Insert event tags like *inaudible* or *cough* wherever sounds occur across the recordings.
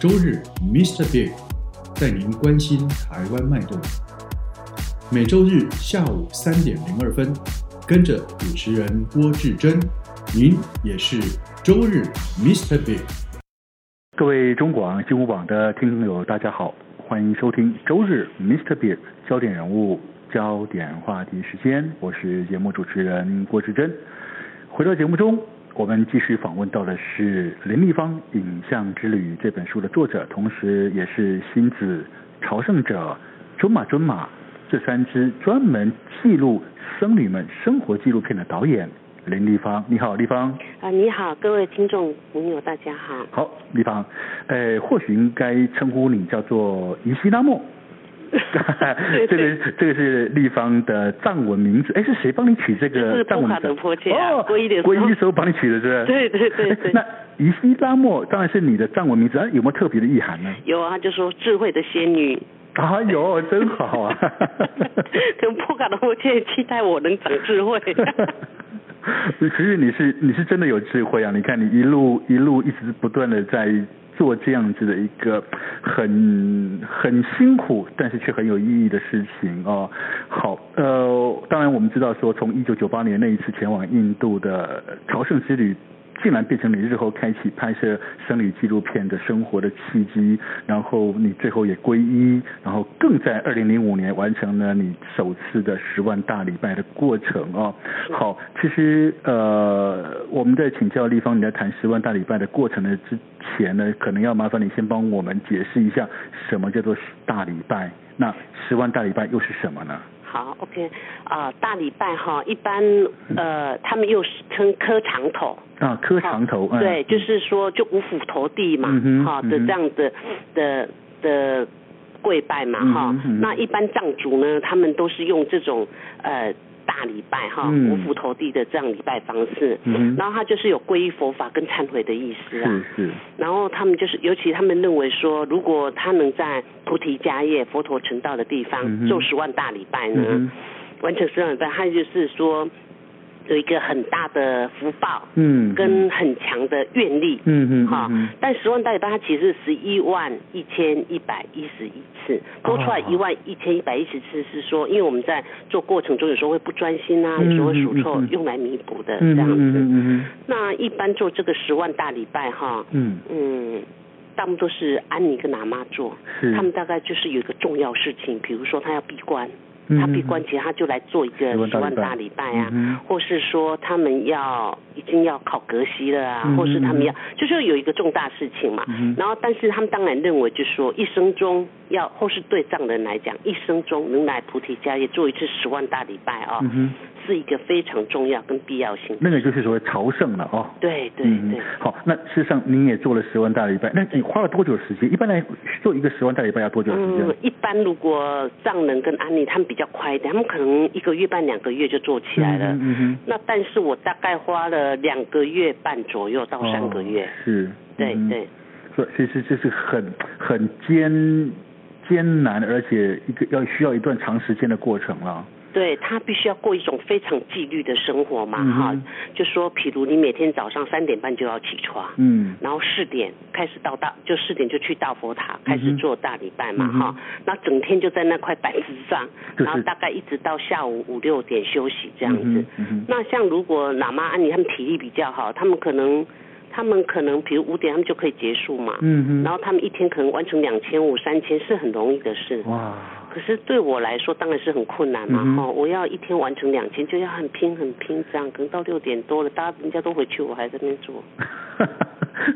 周日 Mr. Big 带您关心台湾脉动。每周日下午三点零二分，跟着主持人郭志珍，您也是周日 Mr. Big。各位中广新闻网的听众友，大家好，欢迎收听周日 Mr. Big 焦点人物、焦点话题时间，我是节目主持人郭志珍。回到节目中，我们继续访问到的是林立方《影像之旅》这本书的作者，同时也是新子朝圣者、尊马尊马这三支专门记录僧侣们生活纪录片的导演林立方。你好，立方。啊，你好，各位听众朋友，大家好。好，立方，呃，或许应该称呼你叫做伊西拉 *laughs* 莫。这个这个是立方的藏文名字，哎，是谁帮你取这这个是藏文名波卡字的？坡切啊哦，皈依的时候皈依的时候帮你取的，是不是？对对对哎对那伊西拉莫当然是你的藏文名字，啊有没有特别的意 *laughs* 涵呢？有啊，就说智慧的仙女，啊，有，真好啊！ *laughs* 跟波卡的坡切期待我能长 *laughs* 智慧。其实你是你是真的有智慧啊！你看你一路一路一直不断的在做这样子的一个很很辛苦，但是却很有意义的事情哦。好，呃，当然我们知道说，从一九九八年那一次前往印度的朝圣之旅。竟然变成你日后开启拍摄生理纪录片的生活的契机，然后你最后也皈依，然后更在二零零五年完成了你首次的十万大礼拜的过程哦。好，其实呃，我们在请教立方你在谈十万大礼拜的过程的之前呢，可能要麻烦你先帮我们解释一下什么叫做大礼拜，那十万大礼拜又是什么呢？好，OK，啊、大礼拜哈，一般呃，他们又是称磕长头，啊，磕长头，嗯、对，就是说就五斧头地嘛嗯哼，哈、的嗯哼这样的的的跪拜嘛，哈、嗯哼嗯哼那一般藏族呢，他们都是用这种呃大礼拜哈、嗯五斧头地的这样礼拜方式，嗯哼然后它就是有皈依佛法跟忏悔的意思啊。是是，然后他们就是，尤其他们认为说，如果他能在菩提迦叶佛陀成道的地嗯方哼做十万大礼拜呢，嗯哼完成十万大礼拜，他就是说有一个很大的福报，嗯，跟很强的愿力，嗯嗯哈、嗯但十万大礼拜它其实十一万一千一百一十一次，多出来哦一万一千一百一十次是说，因为我们在做过程中有时候会不专心啊，嗯有时候会数错嗯嗯，用来弥补的嗯这样子。嗯嗯嗯那一般做这个十万大礼拜哈，嗯，嗯，大部分都是安妮跟拿妈做，是他们大概就是有一个重要事情，比如说他要闭关，嗯他闭关前他就来做一个十十万万大大礼礼拜拜啊，嗯哼或是说他们要已经要考格西了啊，嗯哼或是他们要就是有一个重大事情嘛，嗯哼然后但是他们当然认为就是说一生中要或是对藏人来讲，一生中能来菩提迦叶做一次十万大礼拜啊、嗯哼，是一个非常重要跟必要性。那个就是所谓朝圣了哦。对对嗯对，好，那事实上您也做了十万大礼拜，那你花了多久时间？一般来做一个十万大礼拜要多久时间？嗯，一般如果藏人跟安利他们比较快一点，他们可能一个月半两个月就做起来了。嗯哼那但是我大概花了两个月半左右到三个月哦。是，对嗯哼对，所以其实这是很很艰艰难，而且一个要需要一段长时间的过程了。对他必须要过一种非常纪律的生活嘛，嗯哈、哼就说譬如你每天早上三点半就要起床，嗯然后四点开始到大，就四点就去到佛塔开始做大礼拜嘛嗯嗯哼哈，那、整天就在那块板子上，就是然后大概一直到下午五六点休息这样子。嗯哼嗯哼那像如果喇嘛安妮他们体力比较好，他们可能他们可能比如五点他们就可以结束嘛，嗯然后他们一天可能完成两千五三千是很容易的事。哼，哇，可是对我来说当然是很困难嘛，嗯哼哈、我要一天完成两千，就要很拼很拼这样，可能到六点多了，大家人家都回去，我还在那边做。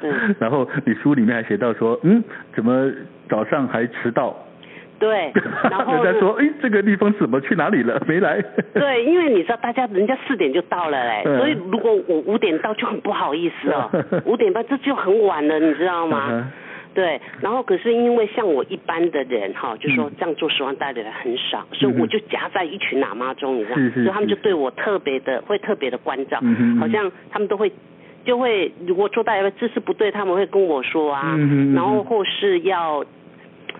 对然后你书里面还写到说，嗯，怎么早上还迟到？，对 *laughs* 然后人家呢说，哎，这个地方怎么去哪里了？没来。 *laughs* 对，因为你知道大家人家四点就到了嘞，嗯，所以如果我五点到就很不好意思哦 *laughs* 五点半这就很晚了，你知道嗯 *laughs* 吗哼？对，然后可是因为像我一般的人哈，就嗯说这样做十万大礼的很少，所以我就夹在一群喇嘛中，你知道，是是所以他们就是对我特别的会特别的关照嗯哼嗯哼，好像他们都会。就会如果做到一个姿势不对，他们会跟我说啊，嗯哼嗯哼然后或是要，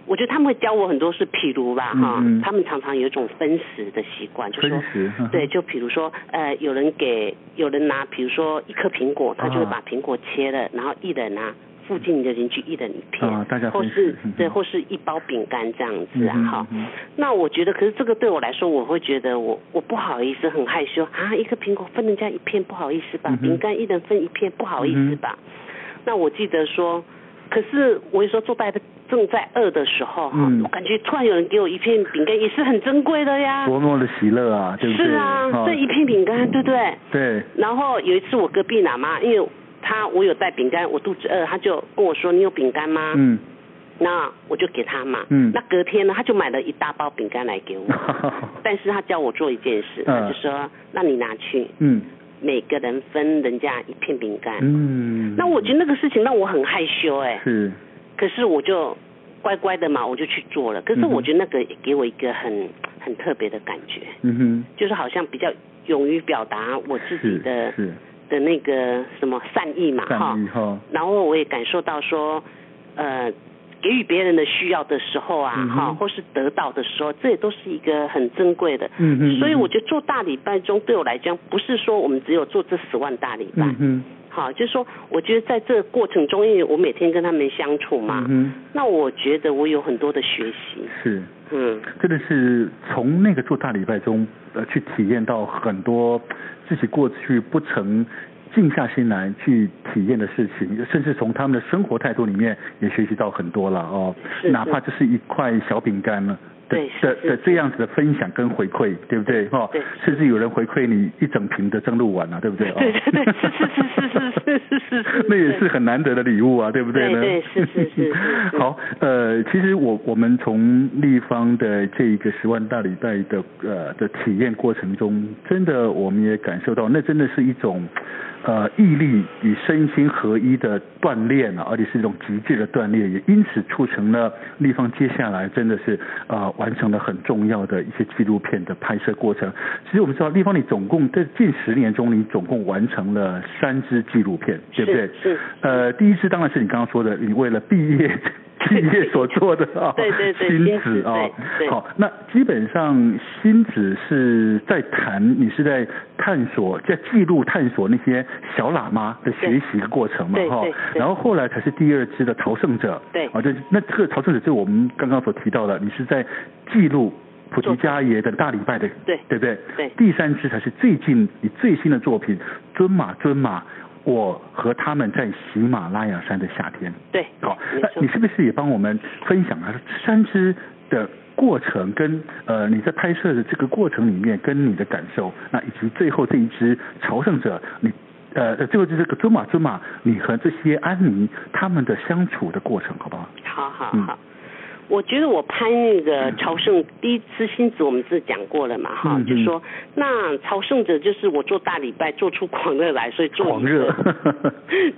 我觉得他们会教我很多事，譬如吧哈，嗯哼他们常常有一种分食的习惯，就分说食， *laughs* 呵呵对，，就比如说，呃，有人给有人拿，比如说一颗苹果，他就会啊把苹果切了，然后一人啊，附近的邻居一人一片，啊大家或分是食嗯对，哼或是一包饼干这样子啊，嗯哼哈、嗯哼那我觉得，可是这个对我来说，我会觉得我我不好意思，很害羞啊，一个苹果分人家一片，不好意思吧？嗯哼饼干一人分一片，不好意嗯思哼吧？那我记得说，可是我有时候做代正在饿的时候哈，嗯我感觉突然有人给我一片饼干，也是很珍贵的呀。多么的喜乐啊，对不对？是啊，哦这一片饼干，对不对？对，然后有一次我隔壁喇嘛，因为他我有带饼干，我肚子饿，他就跟我说你有饼干吗？嗯，那我就给他嘛。嗯那隔天呢，他就买了一大包饼干来 *laughs* 给我，但是他教我做一件事，嗯他就说那你拿去，嗯每个人分人家一片饼干。嗯，那我觉得那个事情让我很害羞哎、是，可是我就乖乖的嘛，我就去做了。可是嗯哼我觉得那个也给我一个很很特别的感觉。嗯哼，就是好像比较勇于表达我自己是的是的那个什么善意嘛哈善意，哈，然后我也感受到说，呃，给予别人的需要的时候啊嗯哼哈、或是得到的时候，这也都是一个很珍贵的。嗯哼，所以我就觉得做大礼拜中，对我来讲，不是说我们只有做这十万大礼拜，嗯哼，好，就是说，我觉得在这个过程中，因为我每天跟他们相处嘛嗯，哼，那我觉得我有很多的学习，是。嗯，真的是从那个做大礼拜中，呃，去体验到很多自己过去不曾静下心来去体验的事情，甚至从他们的生活态度里面也学习到很多了哦。是哪怕就是一块小饼干呢。的对的是是的这样子的分享跟回馈，对不对？哦对，甚至有人回馈你一整瓶的蒸鹿丸啊，对不对？哦对对对是是是是是是是是 *laughs* 那也是很难得的礼物啊，对不对呢？对对是是是是 *laughs* 是好，呃，其实我我们从立方的这一个十万大礼拜的呃的体验过程中，真的我们也感受到，那真的是一种呃毅力与身心合一的锻炼啊，而且是一种极致的锻炼，也因此促成了立方接下来真的是呃完成了很重要的一些纪录片的拍摄过程。其实我们知道，立方你总共在近十年中，你总共完成了三支纪录片，对不对？是是呃，第一支当然是你刚刚说的，你为了毕 *laughs* 业毕业所做的啊，对对 *laughs* 对新亲子子啊对，对好，那基本上新子是在谈你是在探索，在记录探索那些小喇嘛的学习的过程嘛对，哈对，对然后后来才是第二支的朝圣者，对啊，就是那这个朝圣者就是我们刚刚所提到的，你是在记录。菩提伽耶的大礼拜的，对对不对？对第三支才是最近你最新的作品《尊马尊马》，我和他们在喜马拉雅山的夏天。对，好，没那错你。是不是也帮我们分享啊三支的过程跟呃你在拍摄的这个过程里面跟你的感受，那以及最后这一支朝圣者你。呃，最后就是这个尊马尊马，你和这些安妮他们的相处的过程，好不好？好好嗯好，我觉得我拍那个朝圣第一次新子，我们是讲过了嘛，哈嗯，嗯就说那朝圣者就是我做大礼拜做出狂热来，所以 *laughs* 做狂一热个 *laughs*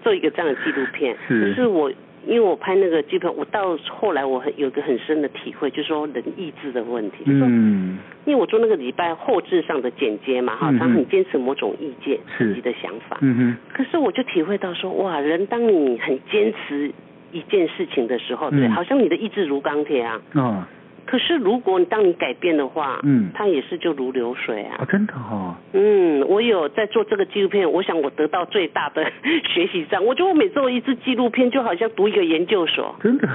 做一个这样的纪录片。是可是我因为我拍那个纪录片，我到后来我很有一个很深的体会，就是说人意志的问题，就是说嗯，因为我做那个礼拜后置上的剪接嘛，哈，嗯嗯他很坚持某种意见、是自己的想法，嗯可是我就体会到说，哇，人当你很坚持一件事情的时候，对，嗯好像你的意志如钢铁啊。哼，啊、可是如果你当你改变的话，嗯它也是就如流水啊，啊。真的哈、哦，嗯，我有在做这个纪录片，我想我得到最大的学习上，我觉得我每做一支纪录片，就好像读一个研究所。 *laughs* 真的，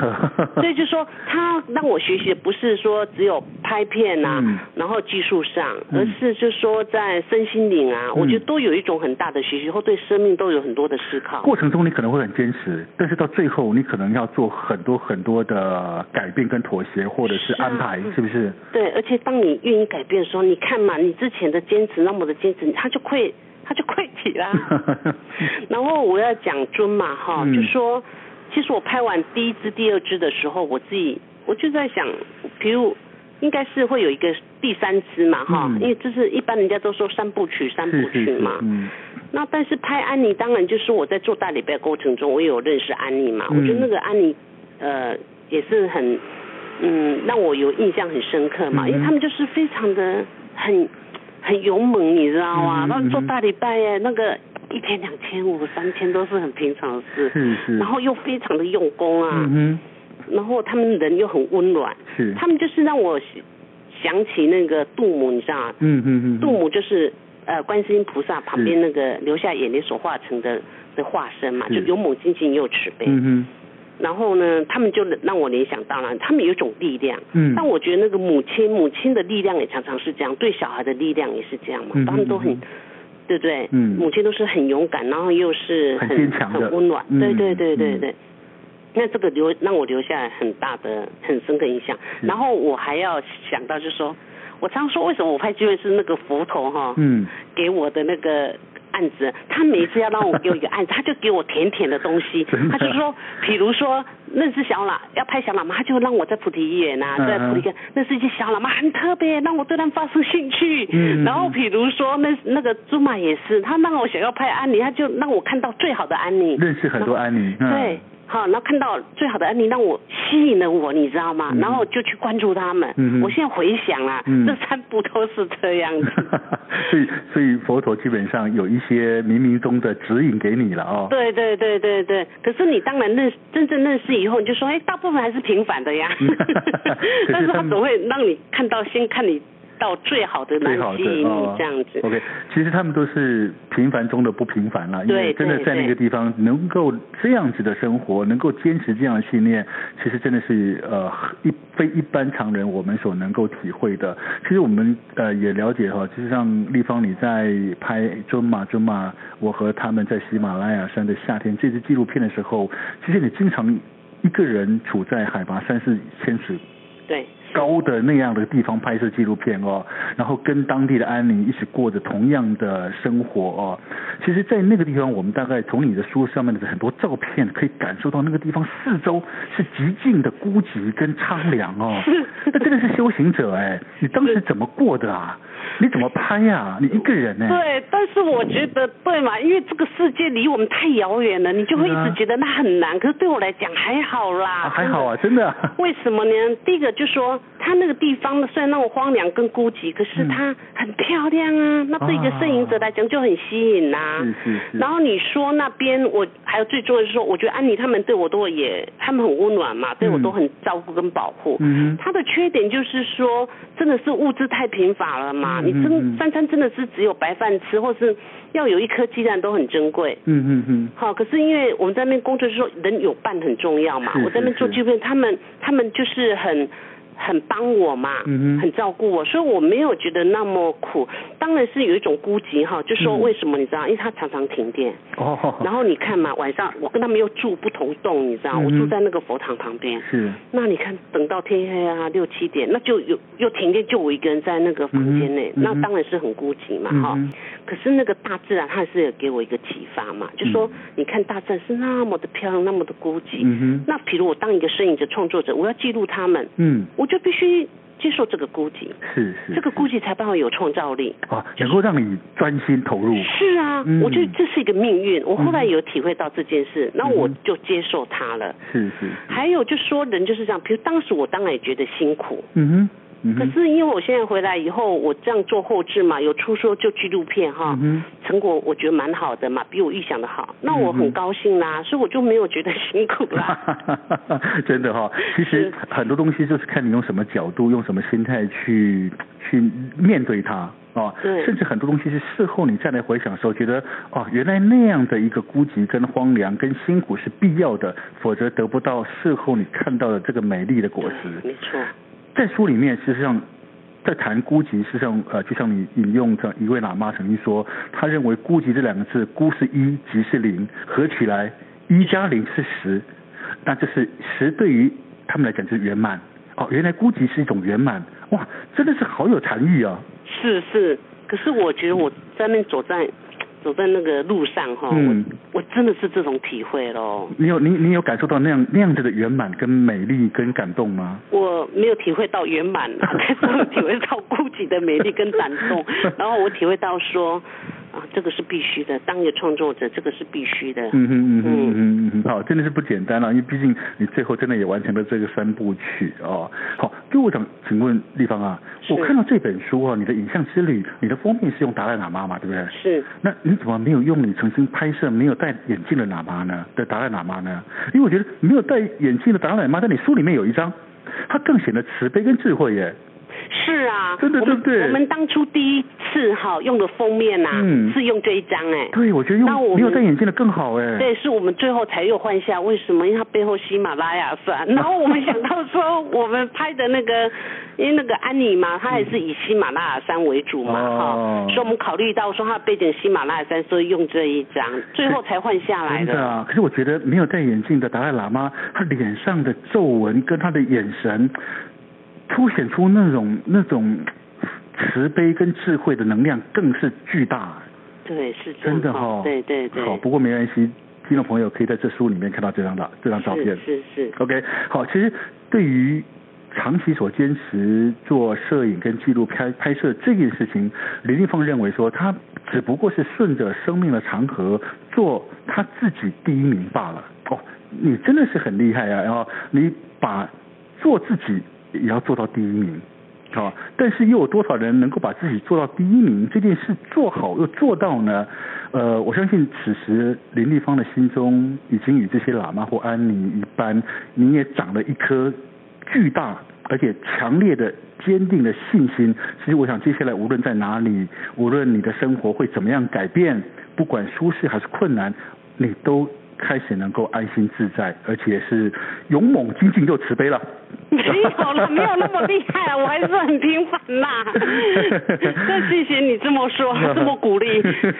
所以就说，他让我学习的不是说只有拍片啊，嗯然后技术上，嗯而是就说在身心灵啊，嗯我觉得都有一种很大的学习，或对生命都有很多的思考。过程中你可能会很坚持，但是到最后你可能要做很多很多的改变跟妥协，或者是是啊安排，嗯是不是？对，而且当你愿意改变的时候，你看嘛，你之前的坚持那么的坚持，他就溃，他就溃体啦。 *laughs* 然后我要讲尊嘛哈，嗯就说，其实我拍完第一支、第二支的时候，我自己我就在想，比如应该是会有一个第三支嘛哈，嗯因为这是一般人家都说三部曲、三部是是曲是嘛。，嗯那但是拍安妮，当然就是我在做大礼拜过程中，我也有认识安妮嘛，嗯我觉得那个安妮呃也是很嗯让我有印象很深刻嘛，嗯哼因为他们就是非常的很很勇猛，你知道吗？嗯哼他们做嗯哼大礼拜耶，那个一天两千五、三千都是很平常的事，是是，然后又非常的用功啊，嗯然后他们人又很温暖，哼， *laughs* 是，他们就是让我想想起那个杜母，你知道吗？嗯哼哼，杜母就是呃观世音菩萨旁边那个流下眼泪所化成的的化身嘛，就是勇猛精进又慈悲。嗯然后呢，他们就让我联想到了，他们有一种力量。哼，嗯，但我觉得那个母亲，母亲的力量也常常是这样，对小孩的力量也是这样嘛，嗯他们都很嗯嗯，对不对？嗯母亲都是很勇敢，然后又是很很坚强的很温暖。嗯对对对对嗯对。那这个留让我留下很大的、很深刻印象。是然后我还要想到，就是说，我常说为什么我拍剧院是那个佛头哈、嗯，给我的那个案子，他每一次要让我给我一个案子，他就给我甜甜的东西 *laughs* 真，的他就说，比如说那只小喇要拍小喇嘛，他就让我在菩提园呐、嗯在菩提园，那是一只小喇嘛，很特别，让我对它发生兴趣。嗯然后比如说那那个朱玛也是，他让我想要拍安妮，他就让我看到最好的安妮。认识很多安妮，嗯对，，好，然后看到最好的案例让我吸引了我，你知道吗？嗯然后就去关注他们。嗯哼我现在回想啦，嗯这三部都是这样子。 *laughs* 所以所以佛陀基本上有一些冥冥中的指引给你了哦，，对对对对对，可是你当然认真正认识以后，你就说，哎，大部分还是平凡的呀但是 *laughs* 可是他他们总会让你看到，先看你到最好的来最好吸的引你哦这样子。 OK，其实他们都是平凡中的不平凡了，因对为真的对在那个地方能够这样子的生活，能够坚持这样的信念，其实真的是呃一非一般常人我们所能够体会的。其实我们呃也了解哈，就是像立方你在拍《尊马尊马》，我和他们在喜马拉雅山的夏天这支纪录片的时候，其实你经常一个人处在海拔三四千尺对高的那样的地方拍摄纪录片哦，然后跟当地的安宁一起过着同样的生活哦。其实，在那个地方，我们大概从你的书上面的很多照片可以感受到，那个地方四周是极尽的孤寂跟苍凉哦。那真的是修行者哎，你当时怎么过的啊？你怎么拍呀、你一个人呢？哎对，啊但是我觉得对嘛，因为这个世界离我们太遥远了，你就会一嗯啊直觉得那很难。可是对我来讲还好啦，啊还真的好啊，真的 *laughs* 啊、为什么呢？第一个就说它那个地方呢，虽然那种荒凉跟孤寂，可是嗯哦它很漂亮啊。那对一个摄影者来讲就很吸引呐、啊。是是是然后你说那边我还有最重要的是说，我觉得安妮他们对我都也他们很温暖嘛，对我嗯都很照顾跟保护。嗯哼它的缺点就是说，真的是物资太贫乏了嘛，嗯嗯你嗯真三餐真的是只有白饭吃，或是要有一颗鸡蛋都很珍贵。嗯嗯嗯，好，可是因为我们在那边工作的时候，人有伴很重要嘛。是是我在那边做是纪录片，他们他们就是很很帮我嘛，嗯哼很照顾我，所以我没有觉得那么苦。当然是有一种孤寂哈，就说嗯为什么你知道？因为他常常停电，哦，然后你看嘛，晚上我跟他们又住不同栋，你知道，嗯哼我住在那个佛堂旁边。是那你看，等到天黑啊，六七点，那就有又停电，就我一个人在那个房间内，嗯哼嗯那哼当然是很孤寂嘛，嗯哈、哼可是那个大自然，它还是有给我一个启发嗯嘛，就说你看大自然是那么的漂亮，那么的孤寂。嗯哼那比如我当一个摄影者、创作者，我要记录他们，嗯我就必须接受这个孤寂，是是这个孤寂才帮我有创造力。啊，能够让你专心投入。是啊，嗯我觉得这是一个命运。我后来嗯有体会到这件事，那、我就接受它了。是是是，还有就说人就是这样，比如当时我当然也觉得辛苦，嗯哼，嗯可哼，是因为我现在回来以后，我这样做后置嘛，有出书就纪录片哈，嗯成果我觉得蛮好的嘛，比我预想的好，那我很高兴啦，所以我就没有觉得辛苦 *laughs* 啦。哼， *laughs* 真的哈、其实是很多东西就是看你用什么角度、用什么心态去去面对它哦，对甚至很多东西是事后你再来回想的时候，觉得哦，原来那样的一个孤寂、跟荒凉、跟辛苦是必要的，否则得不到事后你看到的这个美丽的果实。对没错，在书里面，事实上在谈孤寂，事实上呃，就像你引用的一位喇嘛曾经说，他认为孤寂这两个字，孤是一，寂是零，合起来一加零是十，那就是十对于他们来讲就是圆满。哦，原来孤寂是一种圆满，哇，真的是好有禅意啊！是是，可是我觉得我在那走在走在那个路上哈，嗯哦我我真的是这种体会咯。你有你你有感受到那样那样子的圆满跟美丽跟感动吗？我没有体会到 *laughs* 圆满，但是我体会到孤寂的美丽跟感动。然后我体会到说，啊，这个是必须的。当一个创作者，这个是必须的。嗯哼嗯哼嗯哼嗯哼，好，真的是不简单了、因为毕竟你最后真的也完成了这个三部曲哦。好，就我想请问立方啊，是我看到这本书啊，你的影像之旅，你的封面是用达赖喇嘛嘛，对不对？是那你怎么没有用你曾经拍摄没有戴眼镜的喇嘛呢？的达赖喇嘛呢？因为我觉得没有戴眼镜的达赖喇嘛，在你书里面有一张，他更显得慈悲跟智慧耶。是啊，真的我们对不对我们当初第一次哈用的封面呐、啊嗯是用这一张哎、对，我觉得那我用们没有戴眼镜的更好哎。对，是我们最后才又换下，为什么？因为它背后喜马拉雅 *laughs* 山。然后我们想到说，我们拍的那个，因为那个安妮嘛，她还是以喜马拉雅山为主嘛，哈、哦所以我们考虑到说它的背景喜马拉雅山，所以用这一张，最后才换下来真的的。啊，可是我觉得没有戴眼镜的达赖喇嘛，他脸上的皱纹跟他的眼神，凸显出那种那种慈悲跟智慧的能量更是巨大，对，是这真样的哈、哦哈对对对，好，不过没关系，听众朋友可以在这书里面看到这张的这张照片。是是是 OK，好，其实对于长期所坚持做摄影跟纪录拍拍摄这件事情，林立峰认为说，他只不过是顺着生命的长河做他自己第一名罢了。哦，你真的是很厉害啊！然后你把做自己也要做到第一名。好、但是又有多少人能够把自己做到第一名这件事做好又做到呢？呃，我相信此时林立芳的心中已经与这些喇嘛或安妮一般，你也长了一颗巨大而且强烈的、坚定的信心。其实我想，接下来无论在哪里，无论你的生活会怎么样改变，不管舒适还是困难，你都开始能够安心自在，而且是勇猛、精进又慈悲了。没有了，没有那么厉害，啊我还是很平凡 *laughs* 啦。这 *laughs* 谢谢你这么说，这么鼓励。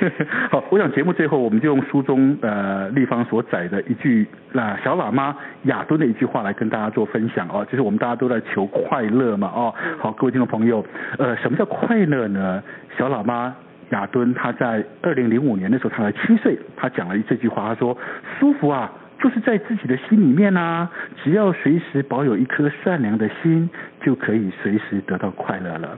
*laughs* 好，我想节目最后我们就用书中呃立方所载的一句那、小喇嘛雅敦的一句话来跟大家做分享哦，就是我们大家都在求快乐嘛哦。嗯好，各位听众朋友，呃，什么叫快乐呢？小喇嘛。雅敦他在二零零五年的时候，他才七岁，他讲了这句话，他说：“舒服啊，就是在自己的心里面啊，只要随时保有一颗善良的心，就可以随时得到快乐了。”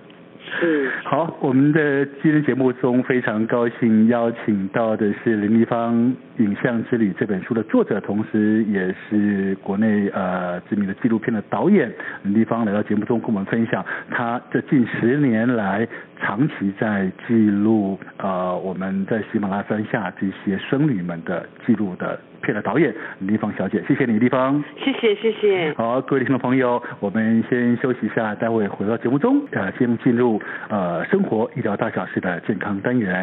嗯，好，我们的今天节目中非常高兴邀请到的是林立芳《影像之旅》这本书的作者，同时也是国内呃知名的纪录片的导演林立芳来到节目中跟我们分享他这近十年来长期在记录呃我们在喜马拉雅山下这些僧侣们的记录的片的导演林立芳小姐，谢谢你，立芳。谢谢谢谢。好，各位听众朋友，我们先休息一啊下，待会回到节目中，呃，先进入呃生活医疗大小事的健康单元。